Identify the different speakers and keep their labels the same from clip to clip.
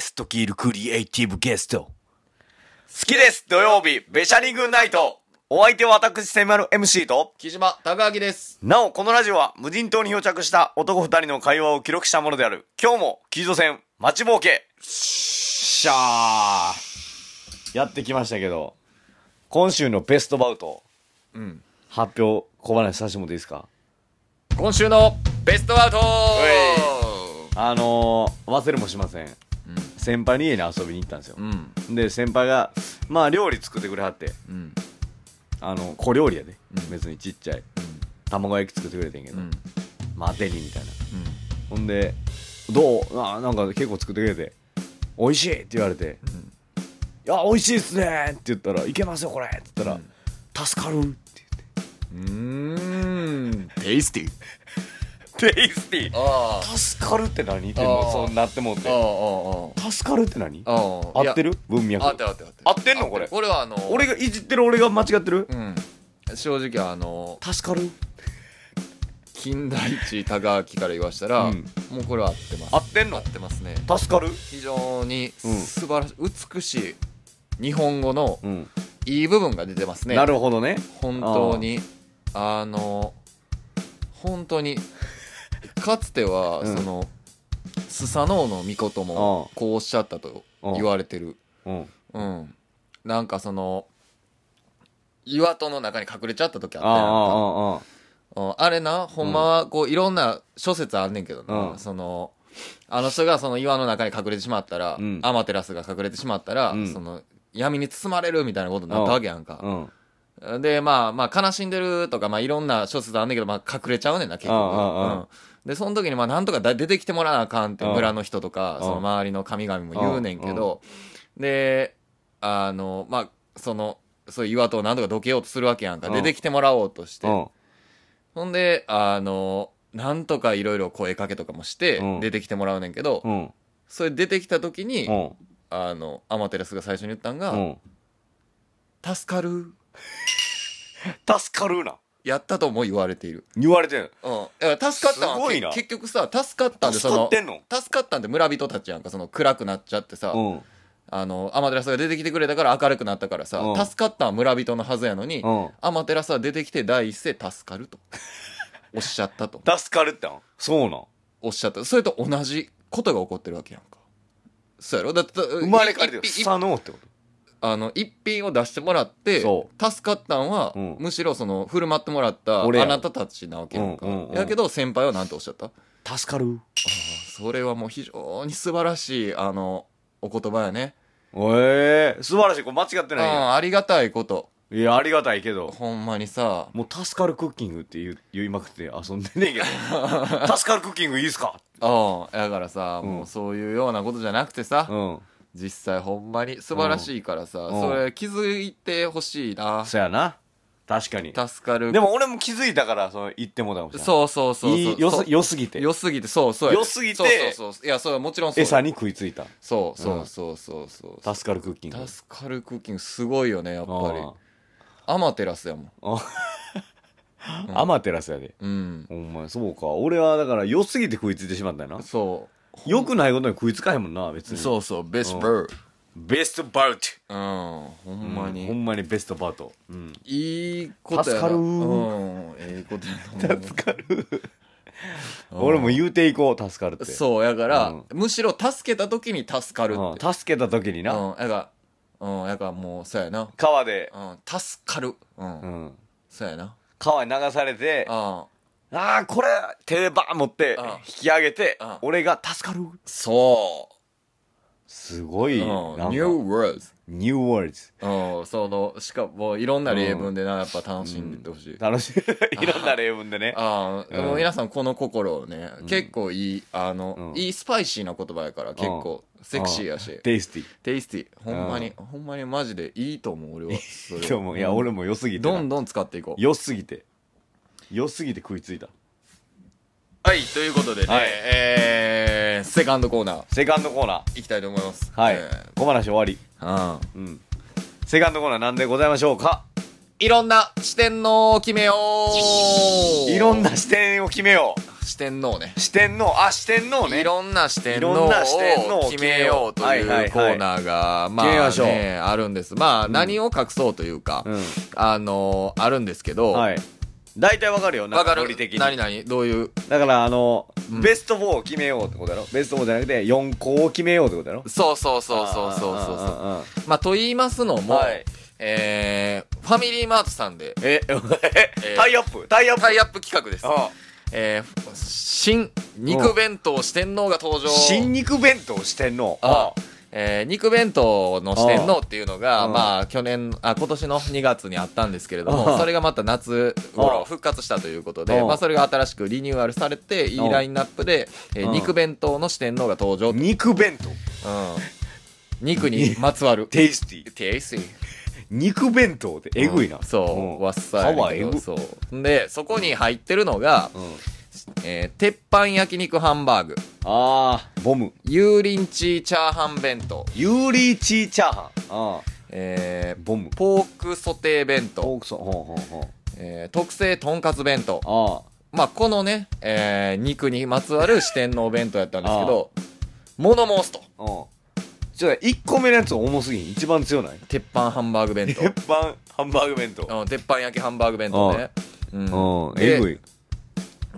Speaker 1: ストキールクリエイティブゲスト。
Speaker 2: 好きです土曜日、ベシャリングナイトお相手は私、セミマル MC と、
Speaker 3: 木島高明です。
Speaker 2: なお、このラジオは無人島に漂着した男二人の会話を記録したものである。今日も、救助船、待ちぼうけ。しゃー。やってきましたけど、今週のベストバウト、
Speaker 3: うん。
Speaker 2: 発表、小話させてもらっていいですか
Speaker 3: 今週のベストアウト
Speaker 2: あのー、忘れもしません。先輩の家に遊びに行ったんですよ
Speaker 3: う。ん。
Speaker 2: で、先輩が、まあ、料理作ってくれはって、
Speaker 3: うん。
Speaker 2: あの、小料理やで。
Speaker 3: うん
Speaker 2: 別にちっちゃい。卵焼き作ってくれてんけ
Speaker 3: う
Speaker 2: ど、
Speaker 3: ん。
Speaker 2: まあ、デニみたいな。ほんで「どうあなんか結構作ってくれて「美味しい!」って言われて「いや美味しいっすね!」って言ったら「いけますよこれ!」って言ったら「助かる!」って
Speaker 3: うん。うん。テイスティー。
Speaker 2: 言って「テイスティー
Speaker 3: あ
Speaker 2: 助かるって何?」って
Speaker 3: あ
Speaker 2: も
Speaker 3: ー
Speaker 2: そうなってもう
Speaker 3: あ。
Speaker 2: て
Speaker 3: あ
Speaker 2: 「助かるって何?」
Speaker 3: あ。ああ。
Speaker 2: 合ってる文
Speaker 3: いや
Speaker 2: 脈
Speaker 3: 合ってる合ってる合ってる。
Speaker 2: 合ってんのこれ
Speaker 3: これはあの、
Speaker 2: 俺がいじってる俺が間違ってる
Speaker 3: うん。正直あの、
Speaker 2: 助かる
Speaker 3: 金田一高明から言わしたら、
Speaker 2: うん
Speaker 3: もうこれは合ってます。
Speaker 2: 合ってんの
Speaker 3: 合ってますね。
Speaker 2: 助かる
Speaker 3: 非常に
Speaker 2: うん
Speaker 3: 素晴らしい、美しい日本語の
Speaker 2: うん
Speaker 3: いい部分が出てますね。
Speaker 2: なるほどね
Speaker 3: 本当にあの本当にかつては、
Speaker 2: うん
Speaker 3: そのスサノオノミコトもこうおっしゃったと言われてる
Speaker 2: うん
Speaker 3: うんなんかその岩戸の中に隠れちゃった時あった
Speaker 2: ああ
Speaker 3: やんか
Speaker 2: あああ
Speaker 3: うんあれなほんまはこういろんな諸説あんねんけどな、
Speaker 2: うん
Speaker 3: そのあの人がその岩の中に隠れてしまったら、
Speaker 2: うん
Speaker 3: アマテラスが隠れてしまったら、
Speaker 2: うん
Speaker 3: その闇に包まれるみたいなことになったわけやんか、
Speaker 2: あうん
Speaker 3: で、まあ、まあ、悲しんでるとか、まあ、いろんな諸説あんねんけど、まあ、隠れちゃうねんな、結局。
Speaker 2: ああああ
Speaker 3: うんで、その時に、まあ、なんとかだ出てきてもらわなあかんって、
Speaker 2: ああ
Speaker 3: 村の人とか
Speaker 2: あ、
Speaker 3: その周りの神々も言うねんけど、で、あの、まあ、その、そういう岩戸をなんとかどけようとするわけやんか。
Speaker 2: ああ
Speaker 3: 出てきてもらおうとして
Speaker 2: う。ん
Speaker 3: ほんで、あの、なんとかいろいろ声かけとかもして
Speaker 2: うん、
Speaker 3: 出てきてもらうねんけど、
Speaker 2: うん
Speaker 3: それ出てきた時に
Speaker 2: う、ん
Speaker 3: あの、アマテラスが最初に言ったん
Speaker 2: う
Speaker 3: が、
Speaker 2: ん
Speaker 3: 助かる、
Speaker 2: 助かるな
Speaker 3: やったとも言われている。
Speaker 2: 言われてる
Speaker 3: うん、だから助かったんは
Speaker 2: すごいな
Speaker 3: け結局さ助かったんでそ
Speaker 2: 助か
Speaker 3: の
Speaker 2: ってんの
Speaker 3: 助かったんで村人たちやんかその暗くなっちゃってさ、
Speaker 2: うん
Speaker 3: あのアマテラスが出てきてくれたから明るくなったからさ、
Speaker 2: うん
Speaker 3: 助かったんは村人のはずやのに、
Speaker 2: うん
Speaker 3: アマテラスは出てきて第一声助かる とおっしゃったと
Speaker 2: 助かるってんそうなん
Speaker 3: おっしゃったそれと同じことが起こってるわけやんかそうやろだって
Speaker 2: 生
Speaker 3: 生
Speaker 2: まれ変わりだよ
Speaker 3: 一
Speaker 2: サノーってこ
Speaker 3: あの一品を出してもらって
Speaker 2: そ
Speaker 3: 助かったんは、
Speaker 2: うん
Speaker 3: むしろその振る舞ってもらったあ
Speaker 2: 俺や
Speaker 3: なたたちなわけやんか、
Speaker 2: うんうんうん
Speaker 3: やけど先輩は何ておっしゃった
Speaker 2: と助かる
Speaker 3: それはもう非常に素晴らしいあのお言葉やね、
Speaker 2: ええ素晴らしいこれ間違って
Speaker 3: う
Speaker 2: ないや
Speaker 3: ん、ありがたいこと
Speaker 2: んいやありがたいけど
Speaker 3: ほんまにさ
Speaker 2: もう助かるクッキングって言う言いまくって遊んでねえけど助かるクッキングいいっすか
Speaker 3: うんだからさ、
Speaker 2: うん
Speaker 3: もうそういうようなことじゃなくてさ、
Speaker 2: うん
Speaker 3: 実際ほんまに素晴らしいからさ、
Speaker 2: うん
Speaker 3: それ気づいてほしいな、
Speaker 2: そやな確かに
Speaker 3: 助かる
Speaker 2: でも俺も気づいたからその言ってもうたかもしれない
Speaker 3: そうそうそうそう
Speaker 2: いいよ
Speaker 3: そう
Speaker 2: す良すぎて
Speaker 3: 良すぎてそうそうや
Speaker 2: 良すぎて
Speaker 3: そうそうそういやそれはもちろんそう
Speaker 2: 餌に食いついた
Speaker 3: そうそうそうそうそうそう
Speaker 2: 助かるクッキング
Speaker 3: 助かるクッキングすごいよねやっぱり
Speaker 2: あ
Speaker 3: アマテラスやもん
Speaker 2: あアマテラスやで
Speaker 3: うん
Speaker 2: お前そうか俺はだから良すぎて食いついてしまったよな
Speaker 3: そう
Speaker 2: 良くないことに食いつかへんもんな別に
Speaker 3: そうそう、ベス
Speaker 2: う
Speaker 3: ト
Speaker 2: ん
Speaker 3: バー。
Speaker 2: ベストバウト
Speaker 3: うん、ほんまに。
Speaker 2: ほんまにベストバウトうん
Speaker 3: いいこと
Speaker 2: 助
Speaker 3: やな。
Speaker 2: かる
Speaker 3: うん、ええことやな。助かる。
Speaker 2: 俺も言うていこう助かるって
Speaker 3: そう、やから、
Speaker 2: うん
Speaker 3: むしろ助けた時に助かるって。
Speaker 2: うん助けた時にな、
Speaker 3: うん、やから、うん、やからもう、そうやな。
Speaker 2: 川で、
Speaker 3: うん、助かる。うん、
Speaker 2: うん、
Speaker 3: そうやな。
Speaker 2: 川に流されてあ
Speaker 3: ああ、
Speaker 2: あーこれ手でバーン持って
Speaker 3: うん
Speaker 2: 引き上げて
Speaker 3: うん
Speaker 2: 俺が助かる
Speaker 3: そ
Speaker 2: すご
Speaker 3: う。
Speaker 2: い、
Speaker 3: うん、
Speaker 2: なんか
Speaker 3: new words。
Speaker 2: ニューワールズ
Speaker 3: うん、その、しかも、いろんな例文でな、やっぱ楽しんでってほしい。
Speaker 2: 楽し いいろんな例文でね
Speaker 3: ああ、
Speaker 2: うん
Speaker 3: もう皆さんこの心をね、結構いい、あの、
Speaker 2: うん
Speaker 3: いいスパイシーな言葉やから結構セクシーやし、
Speaker 2: テイスティ
Speaker 3: テイスティー、ほんまに、ほんまにマジでいいと思う、俺は。それは
Speaker 2: 今日もいや俺も良すぎてな
Speaker 3: どんどん使っていこう。
Speaker 2: 良すぎて良すぎて食いついた
Speaker 3: はい、ということでね、
Speaker 2: はい
Speaker 3: えー、セカンドコーナー、
Speaker 2: セカンドコーナ
Speaker 3: いきたいと思います。
Speaker 2: ーはい、
Speaker 3: え
Speaker 2: 小話終わり
Speaker 3: ーうん
Speaker 2: うんセカンドコーナーなんでございましょうか
Speaker 3: いろんな視点の決めよう
Speaker 2: いろんな視点を決めよう
Speaker 3: 四天王ね
Speaker 2: 四天王あ四天王ね
Speaker 3: いろんな視点の
Speaker 2: いろんな視点の
Speaker 3: を決めようと
Speaker 2: はいいうはいはい
Speaker 3: コーナーが、ま
Speaker 2: 決めまし
Speaker 3: あ、
Speaker 2: ょう
Speaker 3: ね、あるんです。まあ、何を隠そうというか、
Speaker 2: うん
Speaker 3: あの、あるんですけど、わ、
Speaker 2: はい大体わかるよなん
Speaker 3: か
Speaker 2: か
Speaker 3: る
Speaker 2: ノリ的に
Speaker 3: 何何どういう、
Speaker 2: だからあの、
Speaker 3: うん
Speaker 2: ベスト4を決めようってことやろベスト4じゃなくて4校を決めようってことやろ
Speaker 3: そうそうそうそうそうそうそう。
Speaker 2: ああ
Speaker 3: まあ、と言いますのも、
Speaker 2: はい
Speaker 3: えー、ファミリーマートさんで、
Speaker 2: ええタイアップタイアップ
Speaker 3: タイアップ企画です。
Speaker 2: あ
Speaker 3: えー、新肉弁当四天王が登場。
Speaker 2: 新肉弁当四天王
Speaker 3: あえー肉弁当の四天王っていうのが、
Speaker 2: うん
Speaker 3: まあ、去年あ今年の2月にあったんですけれど
Speaker 2: う
Speaker 3: も
Speaker 2: ん
Speaker 3: それがまた夏
Speaker 2: う
Speaker 3: 頃
Speaker 2: ん
Speaker 3: 復活したということ
Speaker 2: う
Speaker 3: で、
Speaker 2: ん
Speaker 3: まあ、それが新しくリニューアルされていい
Speaker 2: うん
Speaker 3: ラインナップで、えー
Speaker 2: うん
Speaker 3: 肉弁当の四天王が登場、うん、
Speaker 2: 肉弁当
Speaker 3: 肉にまつわる
Speaker 2: テイスティ
Speaker 3: テイスイ
Speaker 2: 肉弁当ってえぐいな、
Speaker 3: そう、
Speaker 2: ん
Speaker 3: わっさ
Speaker 2: 皮え
Speaker 3: やねんけ
Speaker 2: ぐ
Speaker 3: どそうでそこに入ってるのが、
Speaker 2: うん
Speaker 3: えー鉄板焼肉ハンバーグ
Speaker 2: あーボム
Speaker 3: 油淋鶏チャーハン弁当、
Speaker 2: ユーリーチーチャーハンあ
Speaker 3: え
Speaker 2: ー
Speaker 3: ー
Speaker 2: ボム
Speaker 3: ポークソテー弁当
Speaker 2: ポークソほうほうほう
Speaker 3: えー特製とんかつ弁当。
Speaker 2: あ
Speaker 3: まあ、このね、えー肉にまつわる四天王弁当やったんですけど、物申すと。
Speaker 2: あうんちょっと1個目のやつ重すぎん一番強ない
Speaker 3: 鉄板ハンバーグ弁
Speaker 2: 鉄板ハンバーグ弁当
Speaker 3: 当。うん鉄板焼きハンバーグ弁当ね。うん
Speaker 2: うんえぐ
Speaker 3: で
Speaker 2: い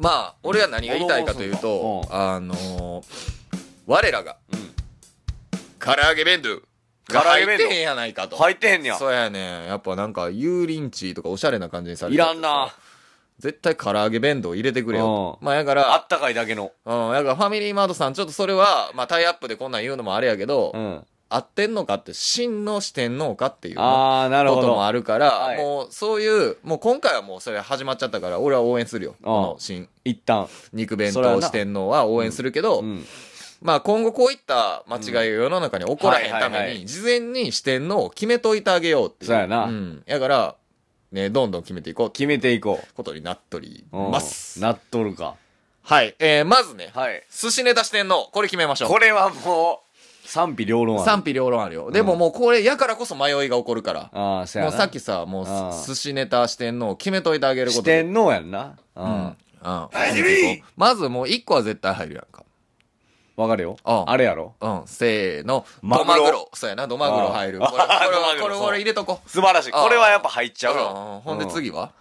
Speaker 3: まあ、俺は何が言いたいかという
Speaker 2: 物
Speaker 3: と
Speaker 2: 申、す
Speaker 3: あのー我らが、
Speaker 2: うん
Speaker 3: 唐揚げ弁当が
Speaker 2: 唐
Speaker 3: 入
Speaker 2: 揚げ弁
Speaker 3: って
Speaker 2: 当
Speaker 3: へんやないかと。
Speaker 2: 入ってへんねや
Speaker 3: そうやねんやっぱなんか、油淋鶏とかおしゃれな感じにされ
Speaker 2: い
Speaker 3: てて
Speaker 2: らんな
Speaker 3: 絶対唐揚げ弁当入れてくれよと。
Speaker 2: う
Speaker 3: まあ、やから、
Speaker 2: あったかいだけの
Speaker 3: うん、だからファミリーマートさん、ちょっとそれは、まあタイアップでこんなん言うのもあれやけど、
Speaker 2: ん
Speaker 3: 合ってんのかって、真の四天王かっていうね、
Speaker 2: ああなる
Speaker 3: こ
Speaker 2: ほ
Speaker 3: とも
Speaker 2: ど
Speaker 3: あるから、
Speaker 2: はい
Speaker 3: もうそういう、もう今回はもうそれ始まっちゃったから、俺は応援するよ。この新
Speaker 2: 一旦
Speaker 3: 肉弁
Speaker 2: それは
Speaker 3: 当
Speaker 2: な
Speaker 3: 四天王は応援するけど、
Speaker 2: うん
Speaker 3: まあ今後こういった間違いが世の中に起こらへんた
Speaker 2: はい
Speaker 3: め
Speaker 2: はいは
Speaker 3: に、事前に四天王を決めといてあげようっていう。。
Speaker 2: そうやなん
Speaker 3: やから、ね、どんどん決めていこうって
Speaker 2: 決めていこ
Speaker 3: ことになっとり
Speaker 2: ううん
Speaker 3: ます。
Speaker 2: なっとるか
Speaker 3: はい。えー、まずね、
Speaker 2: はい
Speaker 3: 寿司ネタ四天王、これ決めましょう。
Speaker 2: これはもう賛否両論ある
Speaker 3: 賛否両論あるよ。でももうこれやからこそ迷いが起こるから。
Speaker 2: ああそや
Speaker 3: もう
Speaker 2: な
Speaker 3: さっきさ、も
Speaker 2: あ
Speaker 3: う
Speaker 2: あ
Speaker 3: 寿司ネタ四天王決めといてあげること
Speaker 2: 四
Speaker 3: で。
Speaker 2: 天王やんなう
Speaker 3: うん
Speaker 2: ん
Speaker 3: うん
Speaker 2: 始め
Speaker 3: まずもう一個は絶対入るやんか。
Speaker 2: わかるよ
Speaker 3: あ
Speaker 2: あれやろ
Speaker 3: うん。せーの。
Speaker 2: マグ
Speaker 3: ド
Speaker 2: ロ
Speaker 3: マグロ。そうやな、ドマグロ入る。こ
Speaker 2: あ
Speaker 3: れ、
Speaker 2: あ
Speaker 3: これは
Speaker 2: ドマグロ
Speaker 3: これ、
Speaker 2: そう
Speaker 3: これ入れとこ。
Speaker 2: 素晴らしい
Speaker 3: あ
Speaker 2: これはやっぱ入っちゃう
Speaker 3: うん
Speaker 2: よ
Speaker 3: ほんで次は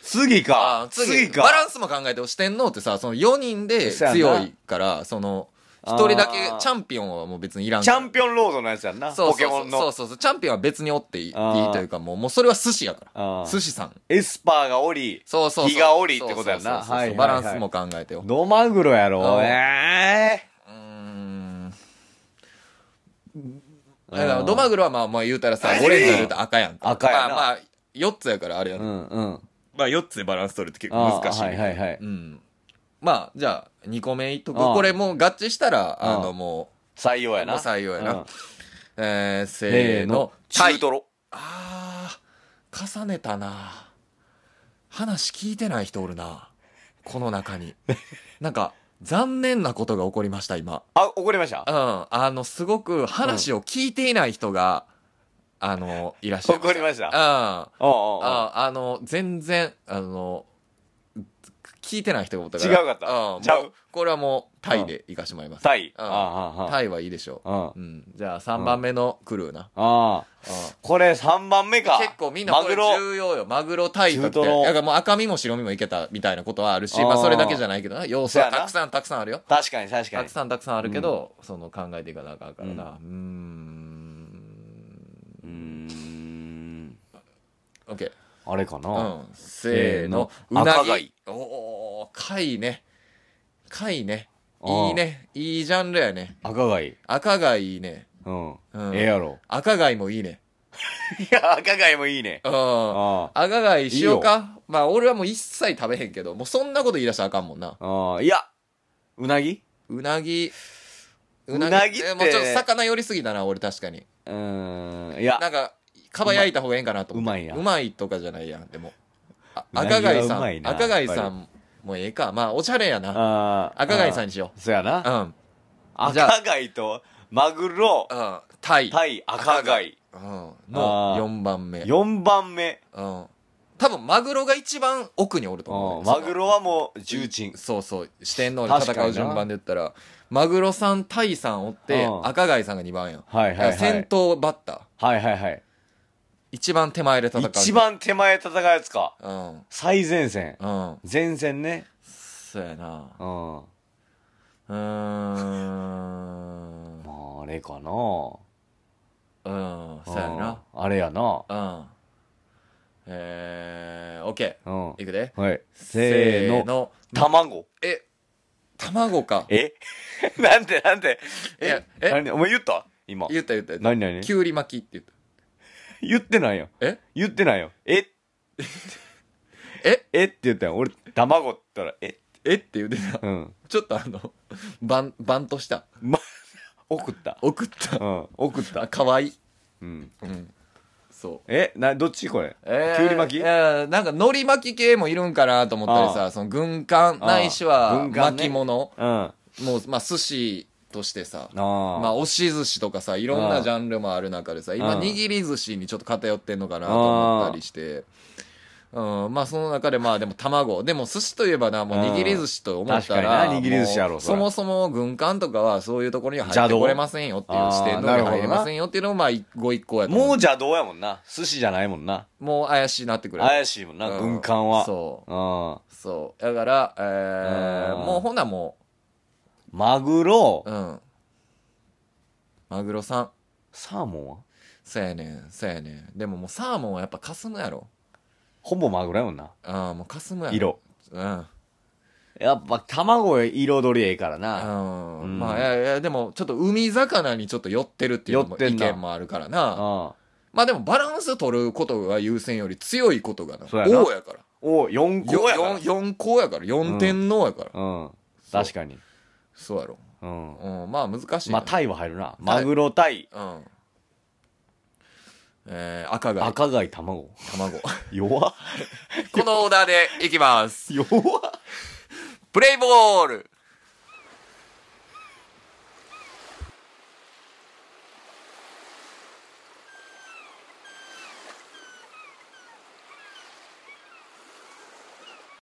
Speaker 2: 次か
Speaker 3: あ次
Speaker 2: か
Speaker 3: バランスも考えて四天王ってさ、その4人で
Speaker 2: そうやな
Speaker 3: 強いから、その、1人だけチャンピオンはもう別にいらん
Speaker 2: チ
Speaker 3: から
Speaker 2: ャンピオンロードのやつやんな
Speaker 3: そう
Speaker 2: ポ
Speaker 3: そ
Speaker 2: ケ
Speaker 3: うそ
Speaker 2: モ
Speaker 3: う
Speaker 2: ン
Speaker 3: そう
Speaker 2: の
Speaker 3: そうそうチャンピオンは別におっていいいい
Speaker 2: あー
Speaker 3: というかもうもうそれは寿司やか
Speaker 2: あ
Speaker 3: ら
Speaker 2: ー
Speaker 3: 寿司さん
Speaker 2: エスパーがおり
Speaker 3: そうそうそう
Speaker 2: 日がおりってことやんな
Speaker 3: そうそうそう
Speaker 2: はいはい
Speaker 3: そう
Speaker 2: はい
Speaker 3: バランスも考えてよ
Speaker 2: ドマグロや
Speaker 3: う
Speaker 2: ろ
Speaker 3: ん
Speaker 2: ええ
Speaker 3: うーんだからドマグロはまあまあ言うたらさオレンジ入れたら赤やんか
Speaker 2: 赤やな
Speaker 3: まあまあ4つやからあれや
Speaker 2: う
Speaker 3: な、
Speaker 2: んうん
Speaker 3: まあ4つでバランス取るって結
Speaker 2: あ
Speaker 3: 構
Speaker 2: ー
Speaker 3: 難しい
Speaker 2: はいはいはい
Speaker 3: うんまあじゃあ2個目いっとく
Speaker 2: あー
Speaker 3: これもう合致したらあ
Speaker 2: あー
Speaker 3: のも
Speaker 2: 採用や
Speaker 3: うもう
Speaker 2: な
Speaker 3: 採用や
Speaker 2: う
Speaker 3: なんえー、せ
Speaker 2: せ
Speaker 3: ー
Speaker 2: ー
Speaker 3: の
Speaker 2: の
Speaker 3: タイ
Speaker 2: 中トロ
Speaker 3: あー重ねたな話聞いてない人おるなこの 中になんか残念なことが起こりました今
Speaker 2: あ怒りました
Speaker 3: うんあのすごく話を聞いていない人が、あのいらっしゃい
Speaker 2: 怒りまし
Speaker 3: う
Speaker 2: た
Speaker 3: んあ
Speaker 2: おうおうおう
Speaker 3: あの全然あの聞いてない人がおったから
Speaker 2: 違うかった
Speaker 3: うん
Speaker 2: ちゃう
Speaker 3: もうこれはもうタイでいかしてもらいます
Speaker 2: タイ
Speaker 3: うん
Speaker 2: ああああ
Speaker 3: タイはいいでしょう、
Speaker 2: あ
Speaker 3: うん、じゃあ3番目のクルーな、
Speaker 2: あ
Speaker 3: うん
Speaker 2: これ3番目か
Speaker 3: 結構みんな
Speaker 2: マ
Speaker 3: こ
Speaker 2: グ
Speaker 3: れ
Speaker 2: ロ
Speaker 3: 重要よマグロタイとかって
Speaker 2: 中トロ
Speaker 3: だからもう赤身も白身もいけたみたいなことはあるし
Speaker 2: あー
Speaker 3: まあそれだけじゃないけどな要素
Speaker 2: そ
Speaker 3: は
Speaker 2: うやな
Speaker 3: たくさんたくさんあるよ
Speaker 2: 確かに確か
Speaker 3: た
Speaker 2: に
Speaker 3: くさんたくさんあるけど、その考えていかなあかんからなうーん
Speaker 2: うーん
Speaker 3: OK
Speaker 2: あれか
Speaker 3: う
Speaker 2: なん
Speaker 3: せ
Speaker 2: せー
Speaker 3: ーの
Speaker 2: の
Speaker 3: うな
Speaker 2: 赤
Speaker 3: ぎ
Speaker 2: 貝
Speaker 3: おおー貝ね貝ね
Speaker 2: あー
Speaker 3: いいねいいジャンルやね
Speaker 2: 赤貝
Speaker 3: 赤貝いいね
Speaker 2: うん
Speaker 3: うん
Speaker 2: ええやろ
Speaker 3: 赤貝もいいね
Speaker 2: いや赤貝もいいね
Speaker 3: うん
Speaker 2: あ
Speaker 3: 赤貝しよう
Speaker 2: い
Speaker 3: かまあ俺はもう一切食べへんけどもうそんなこと言い出したらあかんもんな
Speaker 2: ああいやうなぎ
Speaker 3: うなぎう
Speaker 2: うなぎって
Speaker 3: えもうちょっと魚寄りすぎだな俺確かに
Speaker 2: うーんいや
Speaker 3: なんかかば焼いた方がいいんかなと思って
Speaker 2: うまいやん
Speaker 3: うまいとかじゃないやんでもあ
Speaker 2: うなぎ
Speaker 3: 赤貝さ
Speaker 2: はうまい
Speaker 3: ん
Speaker 2: な
Speaker 3: 赤貝さんもええかまあおしゃれやな
Speaker 2: ああ
Speaker 3: 赤貝さんにしよ
Speaker 2: そうや
Speaker 3: うう
Speaker 2: なん
Speaker 3: じゃあ
Speaker 2: 赤貝とマグロ
Speaker 3: うんタイ
Speaker 2: タイ赤貝
Speaker 3: うん
Speaker 2: あ
Speaker 3: の
Speaker 2: ー
Speaker 3: 4番目
Speaker 2: 4番目
Speaker 3: うん多分マグロが一番奥におると思う、
Speaker 2: マグロはもう重鎮
Speaker 3: そうそう四天王で戦う順番で言ったらマグロさんタイさんおって
Speaker 2: うん
Speaker 3: 赤貝さんが2番やん、
Speaker 2: はいはいはい
Speaker 3: だから先頭バッター
Speaker 2: はいはいはい
Speaker 3: 一番手前で戦う
Speaker 2: 一番手前戦うやつか
Speaker 3: うん
Speaker 2: 最前線
Speaker 3: うん
Speaker 2: 前線ね
Speaker 3: そうや
Speaker 2: う
Speaker 3: な
Speaker 2: んま
Speaker 3: うーん
Speaker 2: ああれかな
Speaker 3: うんそうやな
Speaker 2: うんあれやな
Speaker 3: うんえー、オッケ
Speaker 2: う
Speaker 3: ーい
Speaker 2: ん
Speaker 3: くで
Speaker 2: はいせーの
Speaker 3: の
Speaker 2: 卵
Speaker 3: え卵か
Speaker 2: え なんでなんで
Speaker 3: いやえ
Speaker 2: 何お前言った今
Speaker 3: 言った言った言った
Speaker 2: 何何
Speaker 3: きゅうり巻きって言った
Speaker 2: 言ってないよ
Speaker 3: え
Speaker 2: 言ってないよえ
Speaker 3: え
Speaker 2: えって言ったよ俺卵って言ったらえ
Speaker 3: えって言うてた
Speaker 2: うん
Speaker 3: ちょっとあのバンバンとした
Speaker 2: ま送った
Speaker 3: 送っ
Speaker 2: う
Speaker 3: た
Speaker 2: ん送っ
Speaker 3: あ
Speaker 2: た
Speaker 3: 可愛い
Speaker 2: うん
Speaker 3: うんそう
Speaker 2: えなどっちこれ
Speaker 3: えー
Speaker 2: きゅうり巻き
Speaker 3: いやなんか海苔巻き系もいるんかなと思ったり
Speaker 2: あ
Speaker 3: さその軍艦
Speaker 2: あ
Speaker 3: ないしは
Speaker 2: 軍艦
Speaker 3: 巻
Speaker 2: ね
Speaker 3: き物、
Speaker 2: うんあ
Speaker 3: もうまあ寿司としてさ
Speaker 2: あ
Speaker 3: まあ押し寿司とかさいろん
Speaker 2: あ
Speaker 3: な
Speaker 2: あ
Speaker 3: ジャンルもある中でさ今
Speaker 2: うん
Speaker 3: 握り寿司にちょっと偏ってんのかなと思ったりして。うん、まあその中でまあでも卵でも寿司といえばなもう握り寿司と思った
Speaker 2: うん確からにな握り寿司やろ
Speaker 3: もう
Speaker 2: そら
Speaker 3: そもそも軍艦とかはそういうところには入っ
Speaker 2: 邪
Speaker 3: て
Speaker 2: 道
Speaker 3: これませんよっていう
Speaker 2: あー
Speaker 3: 視点の
Speaker 2: なるほどな
Speaker 3: 入れませんよっていうのもまあ一個一個やと思う
Speaker 2: もう邪道やもんな寿司じゃないもんな
Speaker 3: もう怪しいなってくる
Speaker 2: 怪しいもんな
Speaker 3: うん
Speaker 2: 軍艦は
Speaker 3: そう
Speaker 2: う
Speaker 3: そう。だから、えー
Speaker 2: うん
Speaker 3: もうほなも
Speaker 2: んマグロ
Speaker 3: う、うん。マグロさん。
Speaker 2: サーモンは
Speaker 3: そうやねん、そうやねん。でももうサーモンはやっぱかすむやろ。
Speaker 2: ほぼマグロやもんな
Speaker 3: ああ、もうかすむやろ。
Speaker 2: 色
Speaker 3: うん。
Speaker 2: やっぱ卵彩りええからな
Speaker 3: うん。
Speaker 2: うん
Speaker 3: まあ、いやいや、でもちょっと海魚にちょっと寄ってるっていうのも
Speaker 2: 寄って
Speaker 3: 意
Speaker 2: んな
Speaker 3: 見もあるからな。
Speaker 2: うん
Speaker 3: まあでもバランス取ることが優先より強いことがな。
Speaker 2: そうやな
Speaker 3: 王やから。
Speaker 2: お四
Speaker 3: よ
Speaker 2: 個やから
Speaker 3: 四四校やから。四天王やから。
Speaker 2: うん確かに
Speaker 3: そうやろ。
Speaker 2: うん
Speaker 3: うん。まあ難しい
Speaker 2: ま
Speaker 3: な、
Speaker 2: あタイは入るなマグロタイ
Speaker 3: うん。えー、赤が
Speaker 2: 赤貝卵
Speaker 3: 卵。
Speaker 2: 弱っ
Speaker 3: このオーダーでいきま す。
Speaker 2: 弱っ
Speaker 3: プレイボール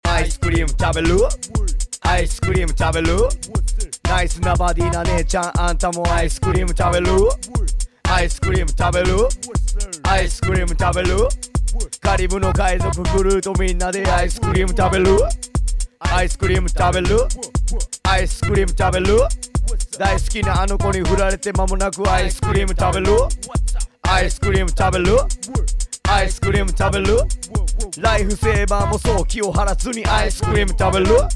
Speaker 1: アイスクリーム食べるアイスクリーム食べるナイスなバディな姉ちゃんあんたもアイスクリーム食べるアイスクリーム食べるアイスクリーム食べるカリブの海賊グルーとみんなでアイスクリーム食べるアイスクリーム食べるアイスクリーム食べる大好きなあの子に振られて間もなくアイスクリーム食べるアイスクリーム食べるアイスクリーム食べるライフセーバーもそう気を張らずにアイスクリーム食べる